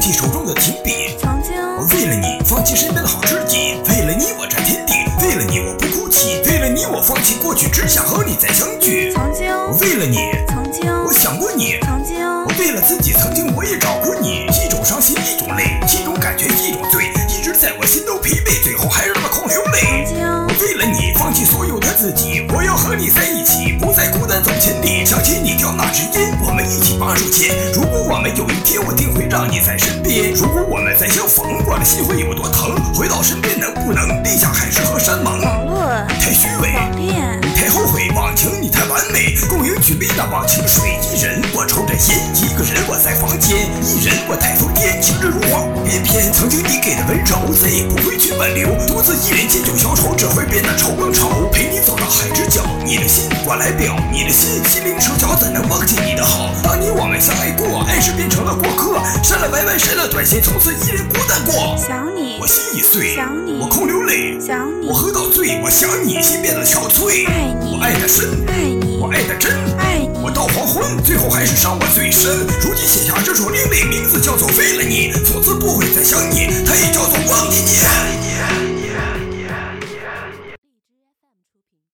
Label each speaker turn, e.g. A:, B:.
A: 弃手中的提笔。
B: 曾经，
A: 我为了你放弃身边的好知己，为了你我占天地，为了你我不哭泣，为了你我放弃过去，只想和你再相聚。
B: 曾经，
A: 我为了你，
B: 曾经，
A: 我想过你，
B: 曾经，
A: 我为了自己，曾经我也找过你，一种伤心，一种泪，一种感觉，一种罪，一直在我心头疲惫，最后还是那么空流泪
B: 曾。经
A: 我，为了你放弃所有的自己，我要和你在一起，不再孤单走千里。想起你跳那支烟，我们一起把手牵。如果我们有一天，我定会让你在身边。如果我们再相逢，我的心会有多疼？回到身边能不能立下海誓和山盟？
B: 网论，
A: 太虚伪，
B: 网恋，
A: 你太后悔，忘情你太完美。共饮举杯那忘情水，一人我抽着烟，一个人我在房间，一人我太疯癫，情致如花无边篇。曾经你给的温柔，再也不会去挽留。独自一人借酒消愁，只会变得愁更愁。陪你走到海之角，你的心我来表，你的心心灵手巧，怎能忘记你的好？当你我们相爱过，爱是变成了过客，删了 YY，删了短信，从此一人孤单过。
B: 想你
A: 我，心已碎，
B: 想你
A: 我空流泪。
B: 想你
A: 我，喝到醉，我想你，心变得憔悴。
B: 爱你
A: 我爱的深，
B: 爱你
A: 我，爱的真。
B: 爱你，
A: 我到黄昏，最后还是伤我最深。如今写下这首另类，名字叫做《为了你》，从此不会再想你，它也叫做忘记你。